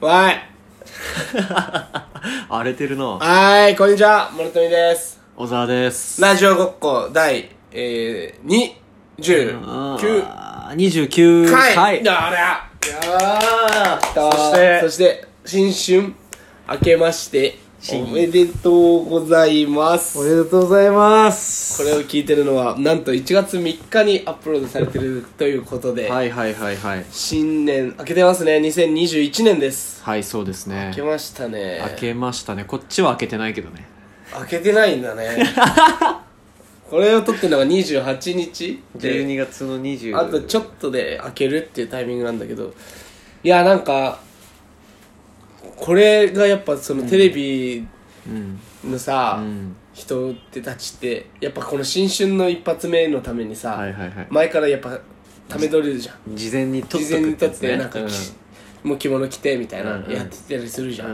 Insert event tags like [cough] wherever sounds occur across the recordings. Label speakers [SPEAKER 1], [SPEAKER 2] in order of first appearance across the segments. [SPEAKER 1] わーい
[SPEAKER 2] [laughs] 荒れてるな
[SPEAKER 1] はーい、こんにちは、森富です。
[SPEAKER 2] 小沢です
[SPEAKER 1] ラジオごっこ第、えー、29
[SPEAKER 2] 29
[SPEAKER 1] 回。
[SPEAKER 2] 回
[SPEAKER 1] だらやー
[SPEAKER 2] そして
[SPEAKER 1] そして、新春明けまして、
[SPEAKER 2] 新
[SPEAKER 1] おめでとうございます。
[SPEAKER 2] おめでとうございます
[SPEAKER 1] これを聞いてるのは、なんと1月3日にアップロードされてるということで、
[SPEAKER 2] はいはいはいはい
[SPEAKER 1] 新年、明けてますね、2021年です。
[SPEAKER 2] はいそうですね
[SPEAKER 1] 明けましたね。
[SPEAKER 2] 開けましたねこっちは開けてないけどね
[SPEAKER 1] 開けてないんだ
[SPEAKER 2] [laughs]
[SPEAKER 1] ねこれを撮ってるのが28日で
[SPEAKER 2] 月の20
[SPEAKER 1] あとちょっとで開けるっていうタイミングなんだけどいやなんかこれがやっぱそのテレビ
[SPEAKER 2] うん
[SPEAKER 1] のさ、
[SPEAKER 2] うん
[SPEAKER 1] 人ってたちってやっぱこの新春の一発目のためにさ、
[SPEAKER 2] はいはいはい
[SPEAKER 1] 前からやっぱため撮るじゃん
[SPEAKER 2] 事前に撮っ
[SPEAKER 1] 事
[SPEAKER 2] と
[SPEAKER 1] 前
[SPEAKER 2] く
[SPEAKER 1] に撮
[SPEAKER 2] や
[SPEAKER 1] っ
[SPEAKER 2] つね
[SPEAKER 1] てなんか、きもう着物着てみたいな、
[SPEAKER 2] うんうん
[SPEAKER 1] やってたりするじゃ、
[SPEAKER 2] う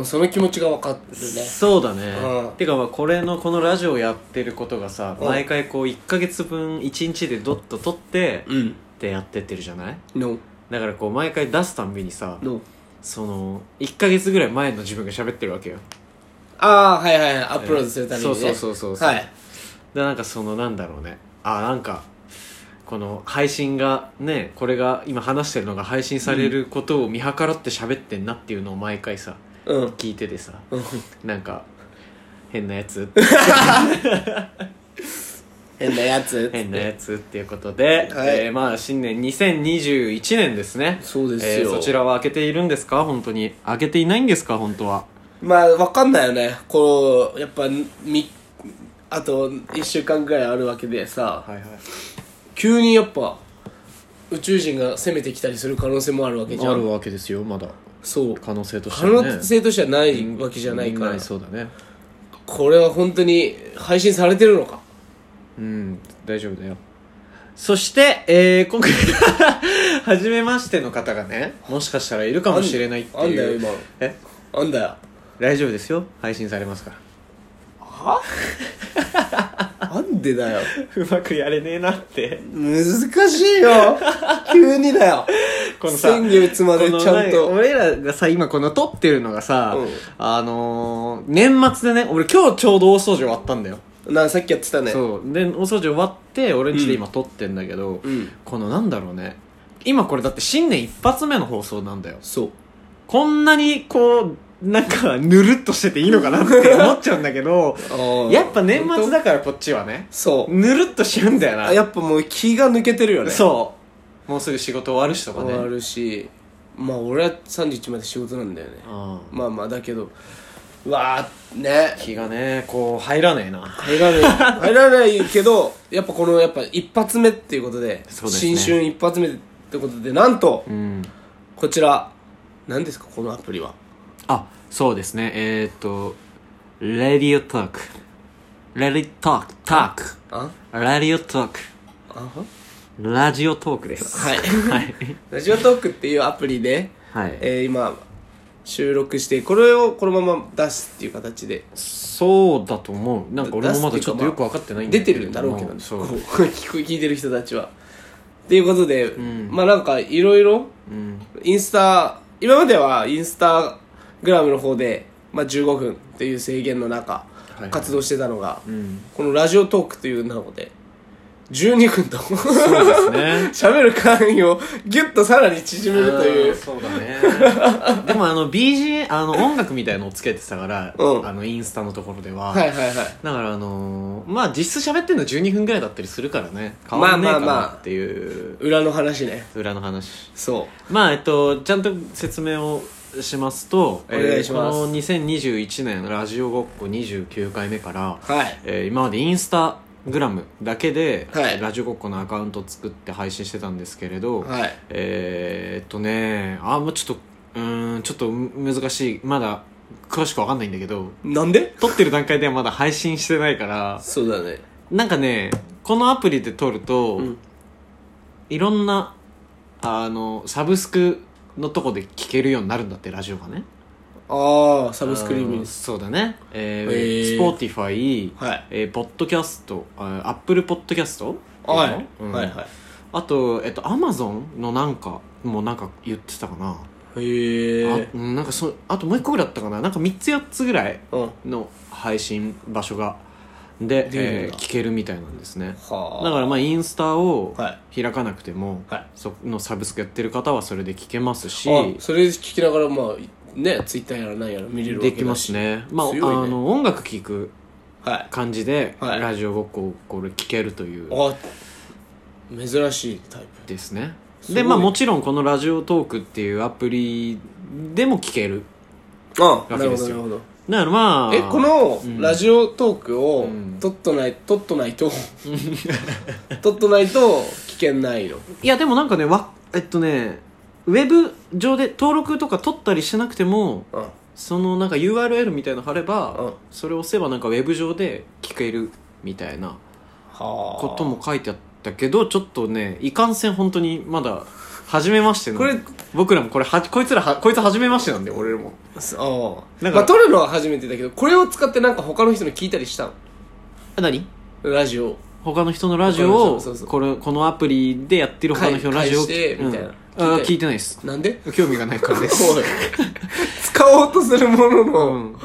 [SPEAKER 2] んん
[SPEAKER 1] その気持ちが分かるね
[SPEAKER 2] そうだね、
[SPEAKER 1] うん
[SPEAKER 2] てかまあこれのこのラジオやってることがさ、
[SPEAKER 1] うん
[SPEAKER 2] 毎回こう1ヶ月分1日でドッと撮って、っ
[SPEAKER 1] ん
[SPEAKER 2] てやってってるじゃない
[SPEAKER 1] の
[SPEAKER 2] だからこう毎回出すたんびにさ
[SPEAKER 1] の
[SPEAKER 2] その1ヶ月ぐらい前の自分が喋ってるわけよ
[SPEAKER 1] ああはいはいはいアップロードするためにね、
[SPEAKER 2] えーそうそうそうそうそう
[SPEAKER 1] はい
[SPEAKER 2] でなんかそのなんだろうねあなんかこの配信がねこれが今話してるのが配信されることを見計らって喋ってんなっていうのを毎回さ
[SPEAKER 1] うん
[SPEAKER 2] 聞いててさ
[SPEAKER 1] うん
[SPEAKER 2] なんか変なやつ
[SPEAKER 1] 変なやつ
[SPEAKER 2] 変なやつっていうことで、
[SPEAKER 1] はい
[SPEAKER 2] えーまあ新年2021年ですね
[SPEAKER 1] そうですよ
[SPEAKER 2] えーそちらは開けているんですか本当に開けていないんですか本当は
[SPEAKER 1] まあわかんないよねこうやっぱみあと1週間ぐらいあるわけでさ
[SPEAKER 2] いはい
[SPEAKER 1] 急にやっぱ宇宙人が攻めてきたりする可能性もあるわけじゃ
[SPEAKER 2] ある
[SPEAKER 1] ん
[SPEAKER 2] わけですよまだ
[SPEAKER 1] そう
[SPEAKER 2] 可能性とし
[SPEAKER 1] 可
[SPEAKER 2] てはね
[SPEAKER 1] 能性としてはないわけじゃないから
[SPEAKER 2] なそうだね
[SPEAKER 1] これは本当に配信されてるのか
[SPEAKER 2] うん大丈夫だよそして、えー、今回 [laughs] 初めましての方がねもしかしたらいるかもしれないって
[SPEAKER 1] あんだよ
[SPEAKER 2] いう
[SPEAKER 1] 今
[SPEAKER 2] え
[SPEAKER 1] あんだよ
[SPEAKER 2] 大丈夫ですよ配信されますから
[SPEAKER 1] なんでだよ
[SPEAKER 2] うまくやれねえなって
[SPEAKER 1] 難しい
[SPEAKER 2] [laughs]
[SPEAKER 1] よ急にだよ
[SPEAKER 2] このさ
[SPEAKER 1] 先月まで
[SPEAKER 2] この
[SPEAKER 1] ちゃんと
[SPEAKER 2] ね俺らがさ今この撮ってるのがさ、
[SPEAKER 1] うん
[SPEAKER 2] あのー、年末でね俺今日ちょうど大掃除終わったんだよ、
[SPEAKER 1] なさっきやってたね
[SPEAKER 2] そうで大掃除終わって俺ん家で今撮ってんだけど、
[SPEAKER 1] うん
[SPEAKER 2] このなんだろうね今これだって新年一発目の放送なんだよ
[SPEAKER 1] そう
[SPEAKER 2] こんなにこうなんかぬるっとしてていいのかなって思っちゃうんだ
[SPEAKER 1] [laughs]
[SPEAKER 2] けどやっぱ年末だからこっちはね
[SPEAKER 1] そう
[SPEAKER 2] ぬるっとしちゃうんだよな
[SPEAKER 1] あやっぱもう気が抜けてるよね
[SPEAKER 2] そうもうすぐ仕事終わるしとかね
[SPEAKER 1] 終わるしまあ俺は31まで仕事なんだよね
[SPEAKER 2] うん
[SPEAKER 1] まあまあだけどうわあね
[SPEAKER 2] 気がねこう入らねえな
[SPEAKER 1] 入らない [laughs] 入らないけどやっぱこのやっぱ一発目っていうことで
[SPEAKER 2] そうです
[SPEAKER 1] 新
[SPEAKER 2] ね
[SPEAKER 1] 春一発目ってことでなんと
[SPEAKER 2] うん
[SPEAKER 1] こちら何ですかこのアプリは
[SPEAKER 2] あそうですねえー、っと「レディオトーク」「レディトーク」「トーク」
[SPEAKER 1] あ
[SPEAKER 2] 「レディオトーク」
[SPEAKER 1] あは
[SPEAKER 2] 「ラジオトーク」です
[SPEAKER 1] はい
[SPEAKER 2] はい
[SPEAKER 1] [laughs] ラジオトークっていうアプリで、
[SPEAKER 2] はい
[SPEAKER 1] えー今収録してこれをこのまま出すっていう形で
[SPEAKER 2] そうだと思うなんか俺もまだちょっとよく分かってないんだ
[SPEAKER 1] 出
[SPEAKER 2] け
[SPEAKER 1] てる
[SPEAKER 2] れも
[SPEAKER 1] んだろうけどね
[SPEAKER 2] そう
[SPEAKER 1] こう聞く聞いてる人たちはっていうことで、
[SPEAKER 2] ん
[SPEAKER 1] まあなんかいろいろ
[SPEAKER 2] うん
[SPEAKER 1] インスタ今まではインスタグラムの方で、まあ、15分っていう制限の中
[SPEAKER 2] いはい
[SPEAKER 1] 活動してたのが、
[SPEAKER 2] うん
[SPEAKER 1] このラジオトークという名ので12分と [laughs]
[SPEAKER 2] そうですね
[SPEAKER 1] 喋る範囲をギュッとさらに縮めるという
[SPEAKER 2] [laughs] そうだねでもあの BGM あの音楽みたいのをつけてたから、
[SPEAKER 1] うん
[SPEAKER 2] あのインスタのところでは、
[SPEAKER 1] はいはいはい
[SPEAKER 2] だからあのーまあ実質喋ってんの12分ぐらいだったりするからね変
[SPEAKER 1] ま
[SPEAKER 2] わ
[SPEAKER 1] あ
[SPEAKER 2] んねえ
[SPEAKER 1] まあまあ
[SPEAKER 2] かなっていう
[SPEAKER 1] 裏の話ね
[SPEAKER 2] 裏の話
[SPEAKER 1] そ
[SPEAKER 2] まあえっとちゃんと説明をしますと
[SPEAKER 1] お願いします
[SPEAKER 2] えーこの2021年ラジオごっこ29回目から、
[SPEAKER 1] うはい
[SPEAKER 2] えー今までインスタグラムだけで、
[SPEAKER 1] はい
[SPEAKER 2] ラジオごっこのアカウントを作って配信してたんですけれど、
[SPEAKER 1] はい
[SPEAKER 2] えー、っとねあんまちょっとうーんちょっと難しいまだ詳しくわかんないんだけど
[SPEAKER 1] なんで
[SPEAKER 2] 撮ってる段階ではまだ配信してないから
[SPEAKER 1] そうだね
[SPEAKER 2] なんかねこのアプリで撮ると、
[SPEAKER 1] ん
[SPEAKER 2] いろんなあのサブスクのとこで聞けるようになるんだってラジオがね
[SPEAKER 1] ああサブスクリーム
[SPEAKER 2] あの
[SPEAKER 1] です
[SPEAKER 2] そうだねえー
[SPEAKER 1] へー
[SPEAKER 2] スポーティファイ
[SPEAKER 1] はい
[SPEAKER 2] えーポッドキャストあアップルポッドキャスト
[SPEAKER 1] はい、
[SPEAKER 2] うん
[SPEAKER 1] はいはい
[SPEAKER 2] あとえっとアマゾンのなんかもうなんか言ってたかな
[SPEAKER 1] へえ
[SPEAKER 2] あうんなんかそあともう一個ぐらいあったかななんか3つ4つぐらい
[SPEAKER 1] うん
[SPEAKER 2] の配信場所がで、
[SPEAKER 1] 出るん
[SPEAKER 2] え
[SPEAKER 1] だ
[SPEAKER 2] ー聞けるみたいなんですね
[SPEAKER 1] はあ
[SPEAKER 2] だからまあインスタを
[SPEAKER 1] は
[SPEAKER 2] 開かなくても、
[SPEAKER 1] はい
[SPEAKER 2] そのサブスクやってる方はそれで聞けますし
[SPEAKER 1] あそれ聞きながらまあねツイッターやらなんやら見れるわけ
[SPEAKER 2] できますねまあ
[SPEAKER 1] 強いね
[SPEAKER 2] あの音楽聴く
[SPEAKER 1] はい
[SPEAKER 2] 感じで、
[SPEAKER 1] はい
[SPEAKER 2] ラジオごっこをこれ聞けるという
[SPEAKER 1] あ珍しいタイ
[SPEAKER 2] ですね
[SPEAKER 1] すごい
[SPEAKER 2] でまあもちろんこの「ラジオトーク」っていうアプリでも聞ける
[SPEAKER 1] プあ
[SPEAKER 2] わ
[SPEAKER 1] な
[SPEAKER 2] け
[SPEAKER 1] るほ
[SPEAKER 2] で
[SPEAKER 1] ど
[SPEAKER 2] す
[SPEAKER 1] な
[SPEAKER 2] よ
[SPEAKER 1] るほど
[SPEAKER 2] だからまあ
[SPEAKER 1] えこのラジオトークを
[SPEAKER 2] うん
[SPEAKER 1] 撮っとない撮っとない [laughs] と撮っとないと危険ないの
[SPEAKER 2] いやでもなんかねわえっとねウェブ上で登録とか取ったりしなくても
[SPEAKER 1] うん
[SPEAKER 2] そのなんか URL みたいの貼れば、
[SPEAKER 1] うん
[SPEAKER 2] それを押せばなんかウェブ上で聞けるみたいな
[SPEAKER 1] はあ
[SPEAKER 2] ことも書いてあったけどちょっとねいかんせん本当にまだ初めましての
[SPEAKER 1] これ
[SPEAKER 2] 僕らもこれはこいつらはこいつ初めましてなんで俺らも
[SPEAKER 1] そう
[SPEAKER 2] なんか
[SPEAKER 1] まあ撮るのは初めてだけどこれを使ってなんか他の人に聞いたりしたの
[SPEAKER 2] 何
[SPEAKER 1] ラジオ
[SPEAKER 2] 他の人のラジオを
[SPEAKER 1] そうそうそう
[SPEAKER 2] これこのアプリでやってる他の人のラジオを
[SPEAKER 1] 返返してみたいな
[SPEAKER 2] うん
[SPEAKER 1] 聞い
[SPEAKER 2] あ
[SPEAKER 1] たり
[SPEAKER 2] 聞いてないです
[SPEAKER 1] なんで
[SPEAKER 2] 興味がないからです
[SPEAKER 1] [laughs] おい使おうとするものの、
[SPEAKER 2] うん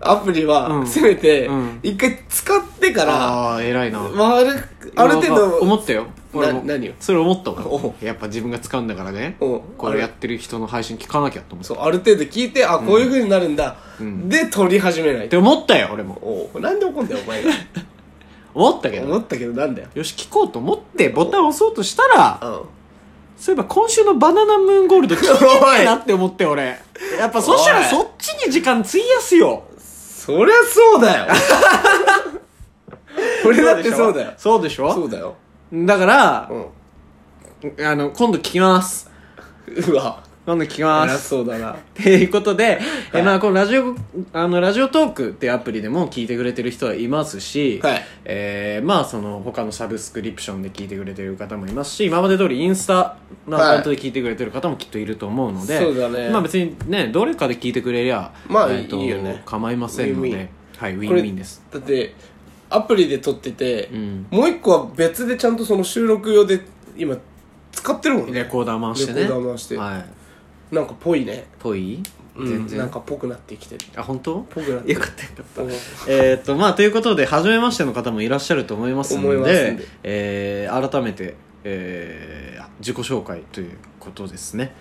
[SPEAKER 1] アプリ
[SPEAKER 2] う
[SPEAKER 1] は
[SPEAKER 2] ん
[SPEAKER 1] せめて
[SPEAKER 2] うん
[SPEAKER 1] 一回使ってから、
[SPEAKER 2] ああ偉いな
[SPEAKER 1] まあ、あるある程
[SPEAKER 2] なん
[SPEAKER 1] 度
[SPEAKER 2] か思ったよ俺も
[SPEAKER 1] な何を
[SPEAKER 2] それ思ったわ
[SPEAKER 1] お
[SPEAKER 2] やっぱ自分が使うんだからね
[SPEAKER 1] おう
[SPEAKER 2] これやってる人の配信聞かなきゃと思っ
[SPEAKER 1] そ
[SPEAKER 2] て
[SPEAKER 1] うある程度聞いてあこういうふうになるんだ、
[SPEAKER 2] うん
[SPEAKER 1] で撮り始めない
[SPEAKER 2] って思ったよ俺も
[SPEAKER 1] おうなんで怒んだよお
[SPEAKER 2] [laughs]
[SPEAKER 1] 前が
[SPEAKER 2] 思ったけ
[SPEAKER 1] 思
[SPEAKER 2] ど
[SPEAKER 1] ったけどなんだよ
[SPEAKER 2] よし聞こうと思ってボタン押そうとしたら
[SPEAKER 1] うん
[SPEAKER 2] そういえば今週のバナナムーンゴールド聞いて
[SPEAKER 1] [laughs] お
[SPEAKER 2] ないいなって思って俺やっぱそしたら
[SPEAKER 1] おい
[SPEAKER 2] そっちに時間費やすよ
[SPEAKER 1] そりゃそうだよ
[SPEAKER 2] [laughs]
[SPEAKER 1] 俺だってそうだよ
[SPEAKER 2] そうでし
[SPEAKER 1] そ
[SPEAKER 2] ょ
[SPEAKER 1] うだよ
[SPEAKER 2] だから
[SPEAKER 1] うん
[SPEAKER 2] あの今度聞きます
[SPEAKER 1] うわ
[SPEAKER 2] 今度聞きま
[SPEAKER 1] 偉
[SPEAKER 2] す
[SPEAKER 1] そうだな
[SPEAKER 2] っていうことで、えまあ、このラジオ、あの、ラジオトークっていうアプリでも聞いてくれてる人はいますし、
[SPEAKER 1] はい
[SPEAKER 2] えーまあ、その、他のサブスクリプションで聞いてくれてる方もいますし、今まで通りインスタのアカウントで聞いてくれてる方もきっといると思うので、
[SPEAKER 1] そうだね
[SPEAKER 2] まあ、別にね、どれかで聞いてくれりゃ、
[SPEAKER 1] まあ
[SPEAKER 2] えーと
[SPEAKER 1] いいよね
[SPEAKER 2] 構いませんので、
[SPEAKER 1] ウィンウィン
[SPEAKER 2] はい、ウィン
[SPEAKER 1] こ
[SPEAKER 2] ウ
[SPEAKER 1] れ
[SPEAKER 2] ィンです。
[SPEAKER 1] だってアプリで撮ってて、
[SPEAKER 2] うん
[SPEAKER 1] もう一個は別でちゃんとその収録用で今使ってるもん
[SPEAKER 2] レ
[SPEAKER 1] ね
[SPEAKER 2] コーダー回してね。
[SPEAKER 1] レコーダー回して
[SPEAKER 2] はい。
[SPEAKER 1] なんかぽいね、
[SPEAKER 2] ぽい
[SPEAKER 1] うん
[SPEAKER 2] 全然。
[SPEAKER 1] なんかぽくなってきてる
[SPEAKER 2] あ、本当
[SPEAKER 1] ぽくなって
[SPEAKER 2] よ
[SPEAKER 1] る
[SPEAKER 2] かったよかった。えーっとまあということで初めましての方もいらっしゃると思いますの
[SPEAKER 1] 思い
[SPEAKER 2] で
[SPEAKER 1] ますんで
[SPEAKER 2] えー改めて、えー自己紹介ということですね、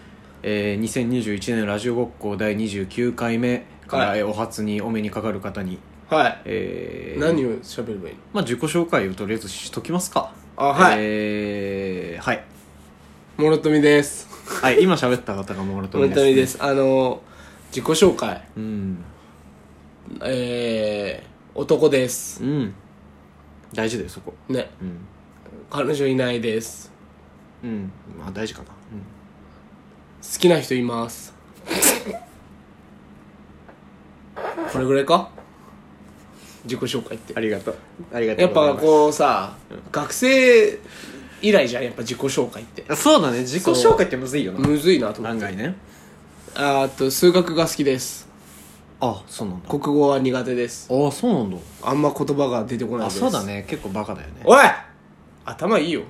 [SPEAKER 2] えー、2021年ラジオごっこ第29回目から、
[SPEAKER 1] はい
[SPEAKER 2] えーお初にお目にかかる方に、
[SPEAKER 1] はい、
[SPEAKER 2] えー
[SPEAKER 1] 何を喋ればいいの
[SPEAKER 2] まあ、自己紹介をとりあえずしときますか
[SPEAKER 1] あはい
[SPEAKER 2] えーはい、
[SPEAKER 1] 諸富です
[SPEAKER 2] はい、今喋った方がもろと
[SPEAKER 1] 諸富ですあの自己紹介
[SPEAKER 2] うん、
[SPEAKER 1] えー、男です
[SPEAKER 2] うん、大事だよそこ
[SPEAKER 1] ね
[SPEAKER 2] うん、
[SPEAKER 1] 彼女いないです
[SPEAKER 2] うん、まあ大事かな、うん
[SPEAKER 1] 好きな人います [laughs] これぐらいか自己紹介って
[SPEAKER 2] ありがとうありがと
[SPEAKER 1] や
[SPEAKER 2] う
[SPEAKER 1] っ
[SPEAKER 2] ござ
[SPEAKER 1] ぱ
[SPEAKER 2] います
[SPEAKER 1] こうさ、学生以来じゃんやっぱ自己紹介って
[SPEAKER 2] そうだね自己紹介ってむずいよな
[SPEAKER 1] むずいなと思っ
[SPEAKER 2] 案
[SPEAKER 1] て
[SPEAKER 2] 外ね
[SPEAKER 1] あーっと数学が好きです
[SPEAKER 2] あそうなんだ
[SPEAKER 1] 国語は苦手です
[SPEAKER 2] あそうなんだ
[SPEAKER 1] あんま言葉が出てこない
[SPEAKER 2] あ
[SPEAKER 1] です
[SPEAKER 2] そうだね結構バカだよね
[SPEAKER 1] おい頭いいよ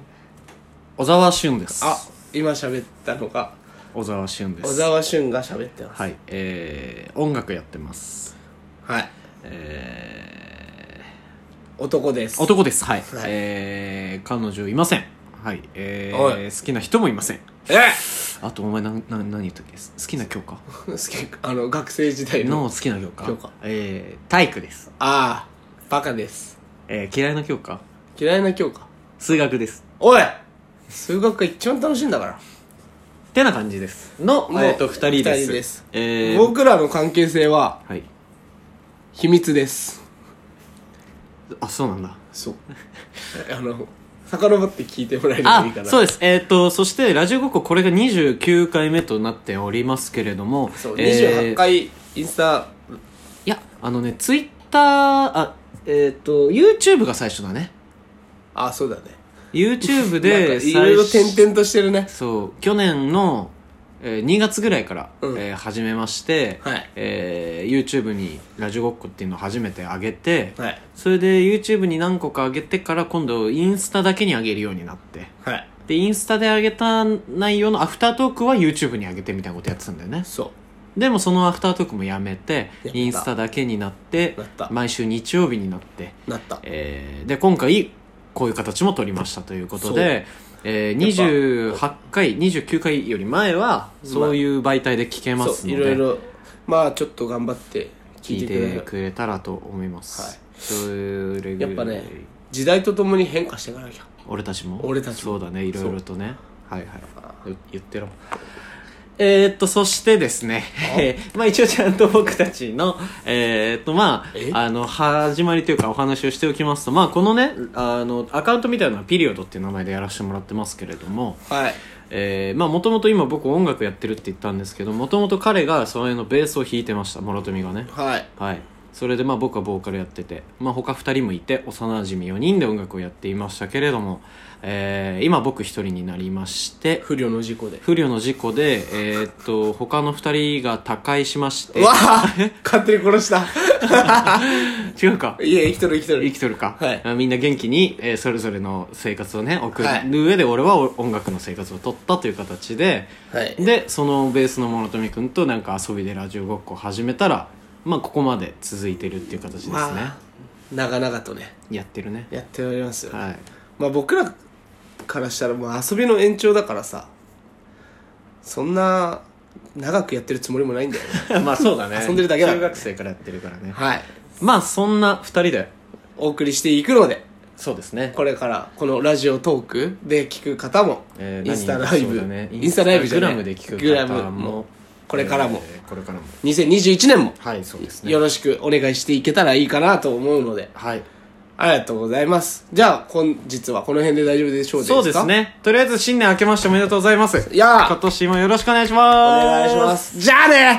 [SPEAKER 2] 小沢俊です
[SPEAKER 1] あ今喋ったのが
[SPEAKER 2] 小沢俊です
[SPEAKER 1] 小沢俊が喋ってます
[SPEAKER 2] はいえー、音楽やってます
[SPEAKER 1] はい
[SPEAKER 2] え
[SPEAKER 1] 男です
[SPEAKER 2] ー、男ですはい、
[SPEAKER 1] はい
[SPEAKER 2] えー、彼女いませんはいえ
[SPEAKER 1] お
[SPEAKER 2] ー、好きな人もいません
[SPEAKER 1] え
[SPEAKER 2] あとお前なんなん何言ったっけ好きな教科
[SPEAKER 1] 好きあの学生時代の
[SPEAKER 2] の好きな教科
[SPEAKER 1] 教科
[SPEAKER 2] えー、体育です、
[SPEAKER 1] ああバカです
[SPEAKER 2] えー、嫌いな教科
[SPEAKER 1] 嫌いな教科
[SPEAKER 2] 数学です
[SPEAKER 1] おい数学が一番楽しいんだから
[SPEAKER 2] ってな感じですの、
[SPEAKER 1] の
[SPEAKER 2] えー、と2人です
[SPEAKER 1] 二人です
[SPEAKER 2] えー、
[SPEAKER 1] 僕らの関係性は
[SPEAKER 2] はい
[SPEAKER 1] 秘密です
[SPEAKER 2] あそうなんだ
[SPEAKER 1] そう [laughs] あの遡って聞いてもらえればいい
[SPEAKER 2] あ
[SPEAKER 1] かな
[SPEAKER 2] そう
[SPEAKER 1] う
[SPEAKER 2] ですえっ、とそしてラジオごっここれが29回目となっておりますけれども
[SPEAKER 1] そう
[SPEAKER 2] え
[SPEAKER 1] 28
[SPEAKER 2] ー
[SPEAKER 1] 回インスタ
[SPEAKER 2] いやあのねツイッターあえっ、と YouTube が最初だね
[SPEAKER 1] あそうだね [laughs]
[SPEAKER 2] YouTube
[SPEAKER 1] な
[SPEAKER 2] で
[SPEAKER 1] んかいろいろ
[SPEAKER 2] 最初
[SPEAKER 1] 点々としてるね
[SPEAKER 2] そう去年の、えー2月ぐらいから、
[SPEAKER 1] うん
[SPEAKER 2] えー始めまして、
[SPEAKER 1] はい
[SPEAKER 2] えー YouTube にラジオごっこっていうのを初めて上げて、
[SPEAKER 1] はい
[SPEAKER 2] それで YouTube に何個か上げてから今度インスタだけに上げるようになって
[SPEAKER 1] はい
[SPEAKER 2] でインスタで上げた内容のアフタートークは YouTube に上げてみたいなことやってたんだよね
[SPEAKER 1] そ
[SPEAKER 2] でもそのアフタートークもやめて
[SPEAKER 1] やめた
[SPEAKER 2] インスタだけになって
[SPEAKER 1] なった
[SPEAKER 2] 毎週日曜日になって、
[SPEAKER 1] うなった
[SPEAKER 2] えーで今回こういう形も取りましたということで、えー、
[SPEAKER 1] やっ
[SPEAKER 2] 28回29回より前はそういう媒体で聞けます
[SPEAKER 1] そうい
[SPEAKER 2] の
[SPEAKER 1] ろい
[SPEAKER 2] で
[SPEAKER 1] ろまあちょっと頑張って聞
[SPEAKER 2] 聞
[SPEAKER 1] い
[SPEAKER 2] い
[SPEAKER 1] てくれ
[SPEAKER 2] て
[SPEAKER 1] る
[SPEAKER 2] くれたらと思います、
[SPEAKER 1] はい
[SPEAKER 2] それぐ
[SPEAKER 1] や
[SPEAKER 2] ら
[SPEAKER 1] っ
[SPEAKER 2] い
[SPEAKER 1] ぱね時代とともに変化していかなきゃ
[SPEAKER 2] 俺たちも
[SPEAKER 1] 俺たちも
[SPEAKER 2] そうだねいろいろとねはいはい言ってろえー、っとそしてですね、え [laughs] ーまあ、一応ちゃんと僕たちのえー、っとま
[SPEAKER 1] え
[SPEAKER 2] ああの始まりというかお話をしておきますと、まあ、このねあのアカウントみたいなのはピリオドっていう名前でやらせてもらってますけれども
[SPEAKER 1] はい
[SPEAKER 2] えーまあもともと今僕音楽やってるって言ったんですけどもともと彼がその辺のベースを弾いてました諸富がね
[SPEAKER 1] はい
[SPEAKER 2] はい、それでまあ僕はボーカルやってて、まあ、他2人もいて幼馴染4人で音楽をやっていましたけれども、えー今僕1人になりまして
[SPEAKER 1] 不慮の事故で
[SPEAKER 2] 不慮の事故で、えーっと他の2人が他界しまして
[SPEAKER 1] うわあ勝手に殺した
[SPEAKER 2] [laughs] 違うか
[SPEAKER 1] いえ生きとる生きと
[SPEAKER 2] 生
[SPEAKER 1] る
[SPEAKER 2] きとるか、
[SPEAKER 1] はい
[SPEAKER 2] あみんな元気に、えーそれぞれの生活をね送る
[SPEAKER 1] はい
[SPEAKER 2] 上で俺はお音楽の生活を取ったという形で、
[SPEAKER 1] はい
[SPEAKER 2] でそのベースの諸富君となんか遊びでラジオごっこを始めたら、まあ、ここまで続いてるっていう形ですね、
[SPEAKER 1] まあ長々とね
[SPEAKER 2] やってるね
[SPEAKER 1] やっておりますよ、
[SPEAKER 2] はい
[SPEAKER 1] まあ僕らからしたらもう遊びの延長だからさそんな長くやってるつもりもないんだよね
[SPEAKER 2] [laughs] まあそうだね
[SPEAKER 1] 遊んでるだけだ
[SPEAKER 2] 中学生からやってるからね
[SPEAKER 1] はい
[SPEAKER 2] まあそんな2人で
[SPEAKER 1] お送りしていくので
[SPEAKER 2] そうですね
[SPEAKER 1] これからこのラジオトークで聞く方も、
[SPEAKER 2] えー
[SPEAKER 1] インスタライ
[SPEAKER 2] そう
[SPEAKER 1] ブ、
[SPEAKER 2] だね
[SPEAKER 1] インスタライブじゃない
[SPEAKER 2] インスタグラムで聞く方も
[SPEAKER 1] グラムもこれからも、
[SPEAKER 2] えーこれからも
[SPEAKER 1] 2021年も
[SPEAKER 2] はいそうですね
[SPEAKER 1] よろしくお願いしていけたらいいかなと思うので
[SPEAKER 2] はい
[SPEAKER 1] ありがとうございますじゃあ本日はこの辺で大丈夫でしょうですか
[SPEAKER 2] そうですねとりあえず新年明けましておめでとうございます
[SPEAKER 1] いやー
[SPEAKER 2] 今年もよろしくお願いします
[SPEAKER 1] お願いしますじゃあね